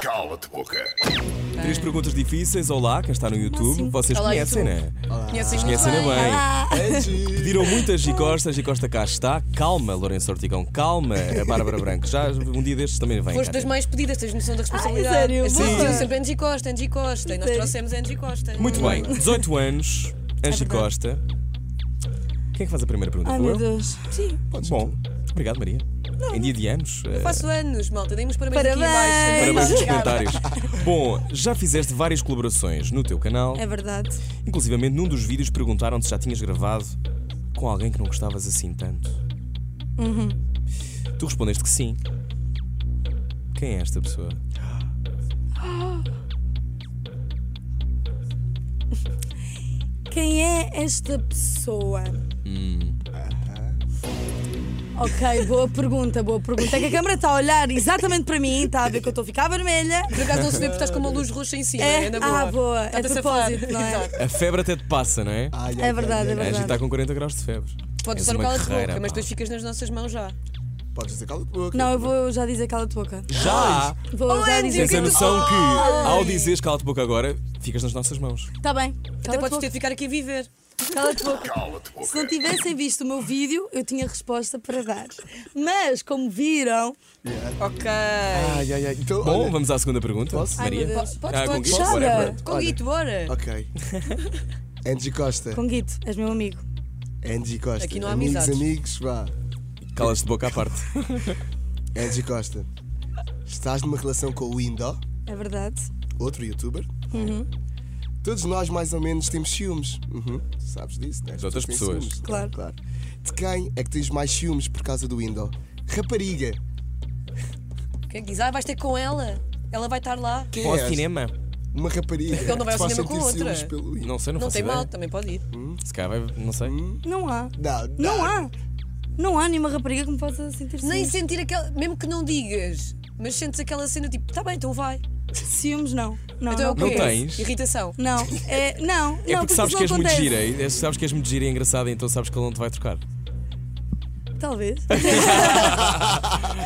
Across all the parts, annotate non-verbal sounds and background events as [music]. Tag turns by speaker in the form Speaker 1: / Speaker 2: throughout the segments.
Speaker 1: Cala-te, boca.
Speaker 2: Três perguntas difíceis. Olá, quem está no YouTube.
Speaker 3: sim.
Speaker 2: Vocês
Speaker 3: assim? Olá,
Speaker 2: conhecem, né?
Speaker 3: Conheces muito
Speaker 2: Conhecem-na
Speaker 3: bem.
Speaker 2: bem. Pediram muitas Gicosta. Gicosta cá está. Calma, Lourenço Ortigão. Calma, a Bárbara Branco. Já um dia destes também vem.
Speaker 4: Foste
Speaker 2: cá.
Speaker 4: das mais pedidas, tens noção da responsabilidade.
Speaker 3: sério?
Speaker 4: As pessoas
Speaker 3: Sim.
Speaker 4: diziam sempre Angie Costa, Angie Costa, e nós trouxemos Angie Costa.
Speaker 2: Muito bem. 18 anos. Angie
Speaker 3: verdade.
Speaker 2: Costa. Quem é que faz a primeira pergunta?
Speaker 3: Ai
Speaker 2: Sou
Speaker 3: meu
Speaker 2: eu?
Speaker 3: Deus. Sim.
Speaker 2: Bom, obrigado, Maria. em dia de anos. eh,
Speaker 4: Faço anos, malta, dei-me os parabéns, aqui em
Speaker 3: Parabéns.
Speaker 2: Parabéns
Speaker 4: baixo.
Speaker 2: nos comentários. Bom, já fizeste várias colaborações no teu canal.
Speaker 3: É verdade.
Speaker 2: Inclusivamente num dos vídeos perguntaram se já tinhas gravado com alguém que não gostavas assim tanto. Tu respondeste que sim. Quem é esta pessoa?
Speaker 3: Quem é esta pessoa?
Speaker 4: Hum.
Speaker 3: Ok, boa pergunta, boa pergunta. É que a câmera está a olhar exatamente para mim, está a ver que eu estou a ficar vermelha.
Speaker 4: Por acaso não se vê porque estás com uma luz roxa em cima,
Speaker 3: É,
Speaker 4: é, na boa.
Speaker 3: ah, boa, é
Speaker 4: Está-te a
Speaker 3: propósito, não é?
Speaker 4: Exato.
Speaker 2: A febre até te passa, não é?
Speaker 3: É verdade, é
Speaker 2: a gente
Speaker 3: verdade.
Speaker 2: está com 40 graus de febre.
Speaker 4: Podes
Speaker 2: És
Speaker 4: usar o
Speaker 2: uma
Speaker 4: cala de
Speaker 2: guerreira,
Speaker 4: boca, mas
Speaker 2: pá.
Speaker 4: depois ficas nas nossas mãos já.
Speaker 1: Podes dizer cala-te,
Speaker 4: tá
Speaker 1: boca.
Speaker 3: Não, eu vou já dizer cala tua boca.
Speaker 2: Já!
Speaker 3: Vou já
Speaker 4: Andy,
Speaker 2: Tens
Speaker 3: dizer
Speaker 2: a
Speaker 3: cala
Speaker 2: noção que, ao dizeres cala-te boca agora, ficas nas nossas mãos.
Speaker 3: Está Tá bem.
Speaker 4: Até
Speaker 3: Cala
Speaker 4: podes
Speaker 3: tua
Speaker 4: ter de ficar aqui a viver.
Speaker 3: Cala tua boca.
Speaker 1: Cala-te,
Speaker 3: Se não
Speaker 1: boca.
Speaker 3: tivessem visto o meu vídeo, eu tinha resposta para dar. Mas, como viram,
Speaker 4: Ok.
Speaker 5: Ai, ai, ai. Então,
Speaker 2: Bom,
Speaker 5: olha,
Speaker 2: vamos à segunda pergunta.
Speaker 5: Posso? Ai,
Speaker 2: Maria?
Speaker 3: meu Deus.
Speaker 4: Podes
Speaker 2: Ah,
Speaker 4: todos.
Speaker 2: com Guito,
Speaker 3: Chora.
Speaker 2: whatever.
Speaker 4: Com Guito, bora.
Speaker 2: [laughs]
Speaker 5: Ok. Angie Costa.
Speaker 3: com Guito, és meu amigo.
Speaker 5: Angie Costa.
Speaker 4: Aqui não há
Speaker 5: amigos,
Speaker 4: amizades.
Speaker 5: amigos, vá.
Speaker 2: Calas-te de boca à parte.
Speaker 5: Angie Costa. Estás numa relação com o Indo,
Speaker 3: É verdade.
Speaker 5: outro youtuber.
Speaker 4: Uhum.
Speaker 5: Todos nós, mais ou menos, temos ciúmes. Uhum. Sabes disso, né? As
Speaker 2: De outras
Speaker 5: têm
Speaker 2: pessoas.
Speaker 5: ciúmes,
Speaker 3: Claro.
Speaker 5: claro. De quem é que tens mais ciúmes por causa do Indo? Rapariga.
Speaker 4: Quem é que diz? Ah, vais ter com ela. Ela vai estar lá.
Speaker 5: Quem
Speaker 2: Ou
Speaker 5: é
Speaker 2: ao
Speaker 5: esta?
Speaker 2: cinema?
Speaker 5: Uma rapariga.
Speaker 4: Ele Então não vai ao
Speaker 5: que te faz
Speaker 4: cinema com
Speaker 5: sentir
Speaker 4: outra.
Speaker 5: ciúmes Pelo Indo.
Speaker 2: Não sei, não,
Speaker 4: Não
Speaker 2: faço
Speaker 4: tem
Speaker 2: ideia.
Speaker 4: mal, também pode ir.
Speaker 2: Se calhar vai, não
Speaker 5: Hum.
Speaker 2: sei.
Speaker 3: Não há.
Speaker 5: Não, não.
Speaker 3: Não há. Não há nenhuma rapariga que me possa sentir assim.
Speaker 4: Nem
Speaker 3: ciúmes.
Speaker 4: sentir aquela. Mesmo que não digas, mas sentes aquela cena tipo, tá bem, então vai.
Speaker 3: Ciúmes, não. Não,
Speaker 4: Então é o
Speaker 2: Não
Speaker 4: quê?
Speaker 2: tens?
Speaker 4: Irritação.
Speaker 3: não. É, não,
Speaker 2: É
Speaker 3: não,
Speaker 2: porque sabes
Speaker 3: isso
Speaker 2: que
Speaker 3: não
Speaker 2: és muito
Speaker 3: acontece.
Speaker 2: gira, e- é- sabes que és muito gira e engraçada, então sabes que ele não te vai trocar. [laughs]
Speaker 3: Talvez.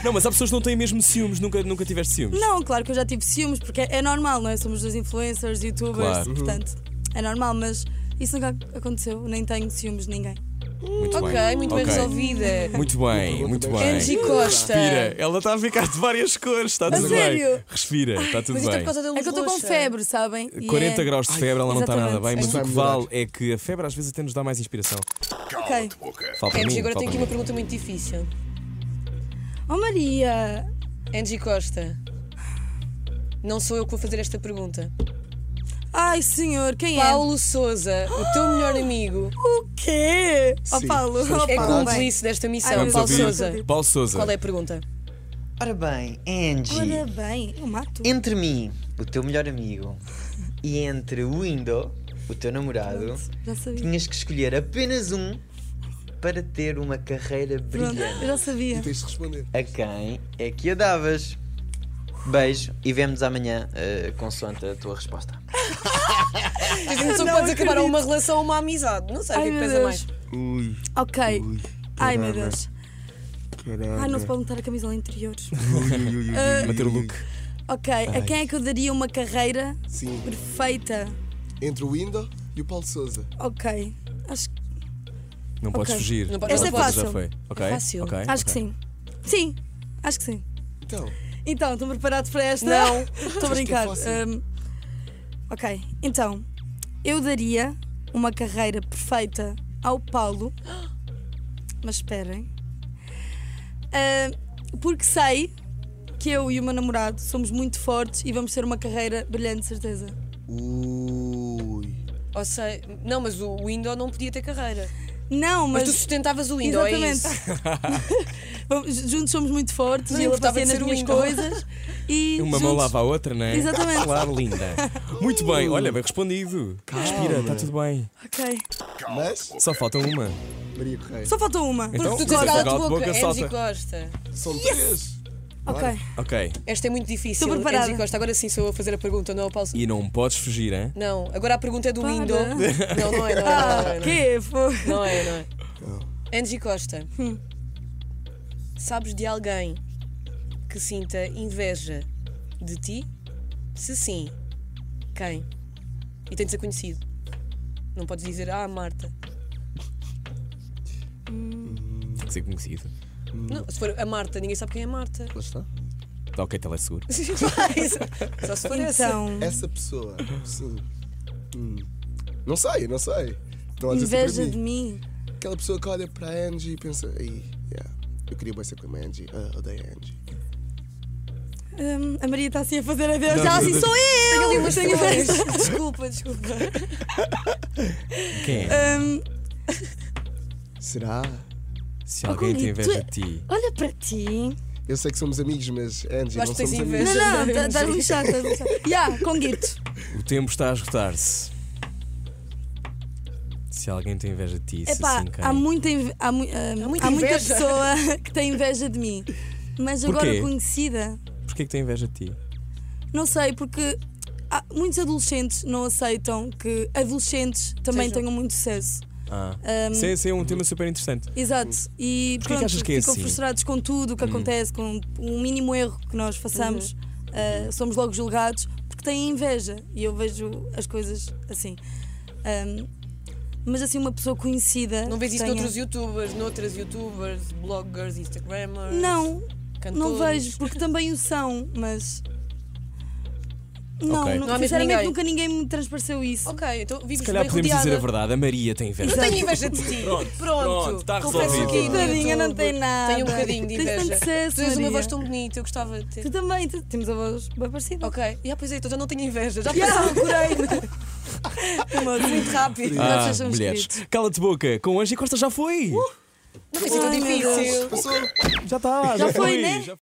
Speaker 2: Não, mas há pessoas que não têm mesmo ciúmes, nunca, nunca tiveste ciúmes.
Speaker 3: Não, claro que eu já tive ciúmes, porque é é normal, não é? Somos dois influencers, youtubers,
Speaker 2: Claro. Uhum.
Speaker 3: portanto, é normal, mas isso nunca aconteceu. Nem tenho ciúmes de ninguém.
Speaker 2: Muito
Speaker 4: Ok,
Speaker 2: bem.
Speaker 4: muito
Speaker 2: Ok.
Speaker 4: bem resolvida.
Speaker 2: Muito bem, muito bem.
Speaker 4: Angie Costa.
Speaker 2: Respira, ela está a ficar de várias cores, está tudo bem.
Speaker 3: sério?
Speaker 2: Respira, está tudo
Speaker 4: Mas isto é por
Speaker 2: bem.
Speaker 4: causa da luz
Speaker 3: É que eu estou com
Speaker 4: roxa.
Speaker 3: febre, sabem? E
Speaker 2: 40
Speaker 3: é-
Speaker 2: graus de febre, ela não está nada bem, mas o que
Speaker 5: Exatamente.
Speaker 2: vale é que a febre às vezes até nos dá mais inspiração.
Speaker 1: Cala-te, boca.
Speaker 2: Fala para mim.
Speaker 4: Angie,
Speaker 2: fala
Speaker 4: agora tenho aqui
Speaker 2: para
Speaker 4: uma
Speaker 2: mim.
Speaker 4: pergunta muito difícil.
Speaker 3: Oh Maria!
Speaker 4: Angie Costa, não sou eu que vou fazer esta pergunta.
Speaker 3: Ai senhor, quem
Speaker 4: Paulo Souza, o teu
Speaker 3: [gasps]
Speaker 4: melhor amigo,
Speaker 3: é? O quê? Ó
Speaker 5: Sim,
Speaker 3: Paulo,
Speaker 5: somos
Speaker 3: ó
Speaker 4: é
Speaker 3: Paulo.
Speaker 4: cúmplice desta missão.
Speaker 3: Ai,
Speaker 2: Vamos
Speaker 3: meu
Speaker 4: Paulo
Speaker 3: Deus.
Speaker 4: Souza,
Speaker 2: ouvir Paulo Souza.
Speaker 4: qual é a
Speaker 3: [laughs]
Speaker 4: pergunta?
Speaker 6: Ora bem, Angie,
Speaker 3: Ora bem, eu mato.
Speaker 6: entre mim, o teu melhor amigo, e entre o Indo, o teu namorado,
Speaker 3: Já sabia.
Speaker 6: tinhas que escolher apenas um para ter uma carreira
Speaker 3: Pronto, eu
Speaker 6: brilhante.
Speaker 3: já sabia.
Speaker 5: Tens de responder.
Speaker 6: A quem é que a davas? Beijo e vemos amanhã, eh, consoante a tua resposta.
Speaker 4: Tens a noção que
Speaker 3: não
Speaker 4: podes acabar
Speaker 3: acredito.
Speaker 4: uma relação ou uma amizade. Não sei o que é que
Speaker 3: meu
Speaker 4: pesa mais.
Speaker 5: Ui,
Speaker 3: Ok.
Speaker 5: Ui,
Speaker 3: Ai meu
Speaker 5: caramba.
Speaker 3: Deus.
Speaker 5: caralho.
Speaker 3: Ai, não se pode meter a camisola
Speaker 5: [laughs]
Speaker 3: interior.
Speaker 2: Manter o look.
Speaker 3: Ok, a quem é que eu daria uma carreira
Speaker 5: Sim.
Speaker 3: perfeita?
Speaker 5: Entre o Indo e o Paulo Souza.
Speaker 3: Ok. Acho,
Speaker 2: Não podes
Speaker 3: Ok.
Speaker 2: fugir.
Speaker 4: Não podes-
Speaker 2: Já
Speaker 3: Esta é
Speaker 2: foi,
Speaker 3: fácil.
Speaker 2: Já foi. Ok,
Speaker 4: fácil.
Speaker 2: ok,
Speaker 3: acho que
Speaker 2: ok.
Speaker 3: sim. Sim, acho que sim.
Speaker 5: Então,
Speaker 3: Então, estão preparados para esta?
Speaker 4: Não. é
Speaker 3: [laughs] Estou a brincar.
Speaker 5: fácil.
Speaker 3: Hum, ok, então, eu daria uma carreira perfeita ao Paulo, mas esperem, Hum, porque sei que eu e o meu namorado somos muito fortes e vamos ter uma carreira brilhante, de certeza.
Speaker 5: ui.
Speaker 4: Ou sei, não, mas o Window não podia ter carreira.
Speaker 3: Não,
Speaker 4: Mas,
Speaker 3: mas.
Speaker 4: tu sustentavas o Window, é isso? [laughs]
Speaker 3: Vamos- juntos somos muito fortes
Speaker 4: Não
Speaker 3: e ele
Speaker 4: importava
Speaker 3: fazia
Speaker 4: de
Speaker 3: nas
Speaker 4: ser o
Speaker 3: minhas
Speaker 4: Windows.
Speaker 3: coisas.
Speaker 4: [laughs]
Speaker 3: E
Speaker 2: Uma mão
Speaker 3: juntos-
Speaker 2: lava a outra, não é?
Speaker 3: Exatamente. Uh.
Speaker 2: Claro, linda. Muito bem, olha, bem respondido. Respira, está tudo bem.
Speaker 3: Ok.
Speaker 5: Mas,
Speaker 2: Só falta uma.
Speaker 5: Maria Correia,
Speaker 3: Só faltou uma.
Speaker 2: Então, Costa,
Speaker 4: Tu dizes cala-te
Speaker 2: cala-te
Speaker 4: boca,
Speaker 2: boca,
Speaker 4: Angie
Speaker 2: salta.
Speaker 4: Costa.
Speaker 5: são três.
Speaker 3: Ok.
Speaker 2: Ok,
Speaker 4: Esta é muito difícil.
Speaker 3: Estou preparada.
Speaker 4: Angie Costa, agora sim sou eu a fazer a pergunta, não é o Paulo
Speaker 2: e não podes fugir, hein?
Speaker 4: Não, agora a pergunta é do
Speaker 3: Para.
Speaker 4: Window. Não, não é, não é. Não é,
Speaker 3: Ah,
Speaker 4: não é.
Speaker 3: que foi?
Speaker 4: Não é, não é. Angie Costa,
Speaker 3: Hum.
Speaker 4: sabes de alguém que sinta inveja de ti Se sim, quem? E tem de ser conhecido. Não podes dizer, ah, Marta.
Speaker 2: Tem que ser conhecido.
Speaker 4: Não, se for a Marta, ninguém sabe quem é a Marta.
Speaker 3: [laughs]
Speaker 5: Lá está.
Speaker 2: Tá ok, telesseguro.
Speaker 4: Só se for essa.
Speaker 3: Então,
Speaker 5: Essa pessoa, sim. Hum. Não sei, não sei. Estão a dizer sempre
Speaker 3: inveja
Speaker 5: mim.
Speaker 3: de mim.
Speaker 5: Aquela pessoa que olha para a Angie e pensa, aí, yeah, eu queria bem ser como a Angie, ah, odeio a Angie.
Speaker 3: Hum, a Maria está assim a fazer a Deus.
Speaker 2: Não,
Speaker 3: Ela
Speaker 2: não,
Speaker 3: assim,
Speaker 2: não.
Speaker 3: sou eu!
Speaker 4: ali umas
Speaker 3: Tenho
Speaker 4: flores.
Speaker 3: inveja.
Speaker 4: é Desculpa, desculpa.
Speaker 2: Quem é?
Speaker 3: Hum,
Speaker 5: Será?
Speaker 2: Se alguém
Speaker 3: Rui,
Speaker 2: tem
Speaker 3: tu
Speaker 2: inveja
Speaker 3: é-
Speaker 2: de ti.
Speaker 3: olha para ti.
Speaker 5: Eu sei que somos amigos, mas Angie,
Speaker 4: Acho que
Speaker 5: não
Speaker 4: tens
Speaker 5: somos
Speaker 4: inveja.
Speaker 5: amigos.
Speaker 3: Não,
Speaker 4: não,
Speaker 3: não, tá,
Speaker 4: não
Speaker 3: estás
Speaker 4: sei.
Speaker 3: lixado, estás lixado. Já, com guito.
Speaker 2: O tempo está a esgotar-se. Se alguém tem inveja de ti, se
Speaker 3: Epá,
Speaker 2: assim, quem?
Speaker 3: há muita, inve- há, mu- hum,
Speaker 4: Há muita
Speaker 3: há muita
Speaker 4: inveja.
Speaker 3: pessoa [laughs] que tem inveja de mim. Mas
Speaker 2: Porquê?
Speaker 3: agora conhecida,
Speaker 2: Porquê que tem inveja de ti?
Speaker 3: não sei, porque há- muitos adolescentes não aceitam que adolescentes também
Speaker 4: Sejam.
Speaker 3: tenham muito sucesso.
Speaker 2: Ah.
Speaker 3: Hum,
Speaker 2: Isso, é, isso é um tema super interessante.
Speaker 3: Exato.
Speaker 2: Porquê Hum.
Speaker 3: E
Speaker 2: que
Speaker 3: pronto,
Speaker 2: achas que é
Speaker 3: ficam
Speaker 2: assim? Hum.
Speaker 3: frustrados com tudo o que acontece, com um mínimo erro que nós façamos,
Speaker 4: Uhum.
Speaker 3: ah, somos logo julgados porque têm inveja. E eu vejo as coisas assim. Ahm, mas assim, uma pessoa conhecida.
Speaker 4: Não vês
Speaker 3: que
Speaker 4: isso
Speaker 3: tenha-
Speaker 4: noutros youtubers, noutras youtubers, bloggers, instagrammers?
Speaker 3: Não, não
Speaker 4: cantores?
Speaker 3: vejo, porque também o são, mas. Não,
Speaker 2: Ok.
Speaker 3: não,
Speaker 4: Não há mesmo
Speaker 3: sinceramente
Speaker 4: ninguém.
Speaker 3: nunca ninguém me transpareceu isso.
Speaker 4: Ok, então vives
Speaker 2: Se calhar
Speaker 4: bem
Speaker 2: podemos
Speaker 4: rodeada.
Speaker 2: dizer a verdade. A Maria tem inveja.
Speaker 4: Não tenho inveja de ti.
Speaker 2: Pronto, pronto,
Speaker 4: Pronto.
Speaker 2: tá
Speaker 4: Confesso
Speaker 2: resolvido.
Speaker 4: aqui no
Speaker 3: Tadinha, não
Speaker 4: YouTube.
Speaker 3: tem nada.
Speaker 4: Tenho um bocadinho de
Speaker 3: Tens tanto
Speaker 4: inveja. tu
Speaker 3: sucesso,
Speaker 4: tens uma
Speaker 3: Maria.
Speaker 4: voz tão bonita, eu gostava de
Speaker 3: Tu
Speaker 4: ter.
Speaker 3: também, tu- temos a voz bem parecida.
Speaker 4: Ok, ah, pois é, então já não tenho inveja. Já
Speaker 3: [laughs] Yeah.
Speaker 4: passou por aí. Muito rápido.
Speaker 3: Nós
Speaker 2: Ah,
Speaker 3: já somos
Speaker 2: mulheres. Cala-te boca, com Anjo e Costa já foi!
Speaker 3: Uh,
Speaker 4: Não foi assim tão
Speaker 3: Ai, meu
Speaker 4: difícil.
Speaker 3: Deus.
Speaker 5: Passou.
Speaker 2: Tá, Já está, já,
Speaker 3: foi, né?
Speaker 2: Já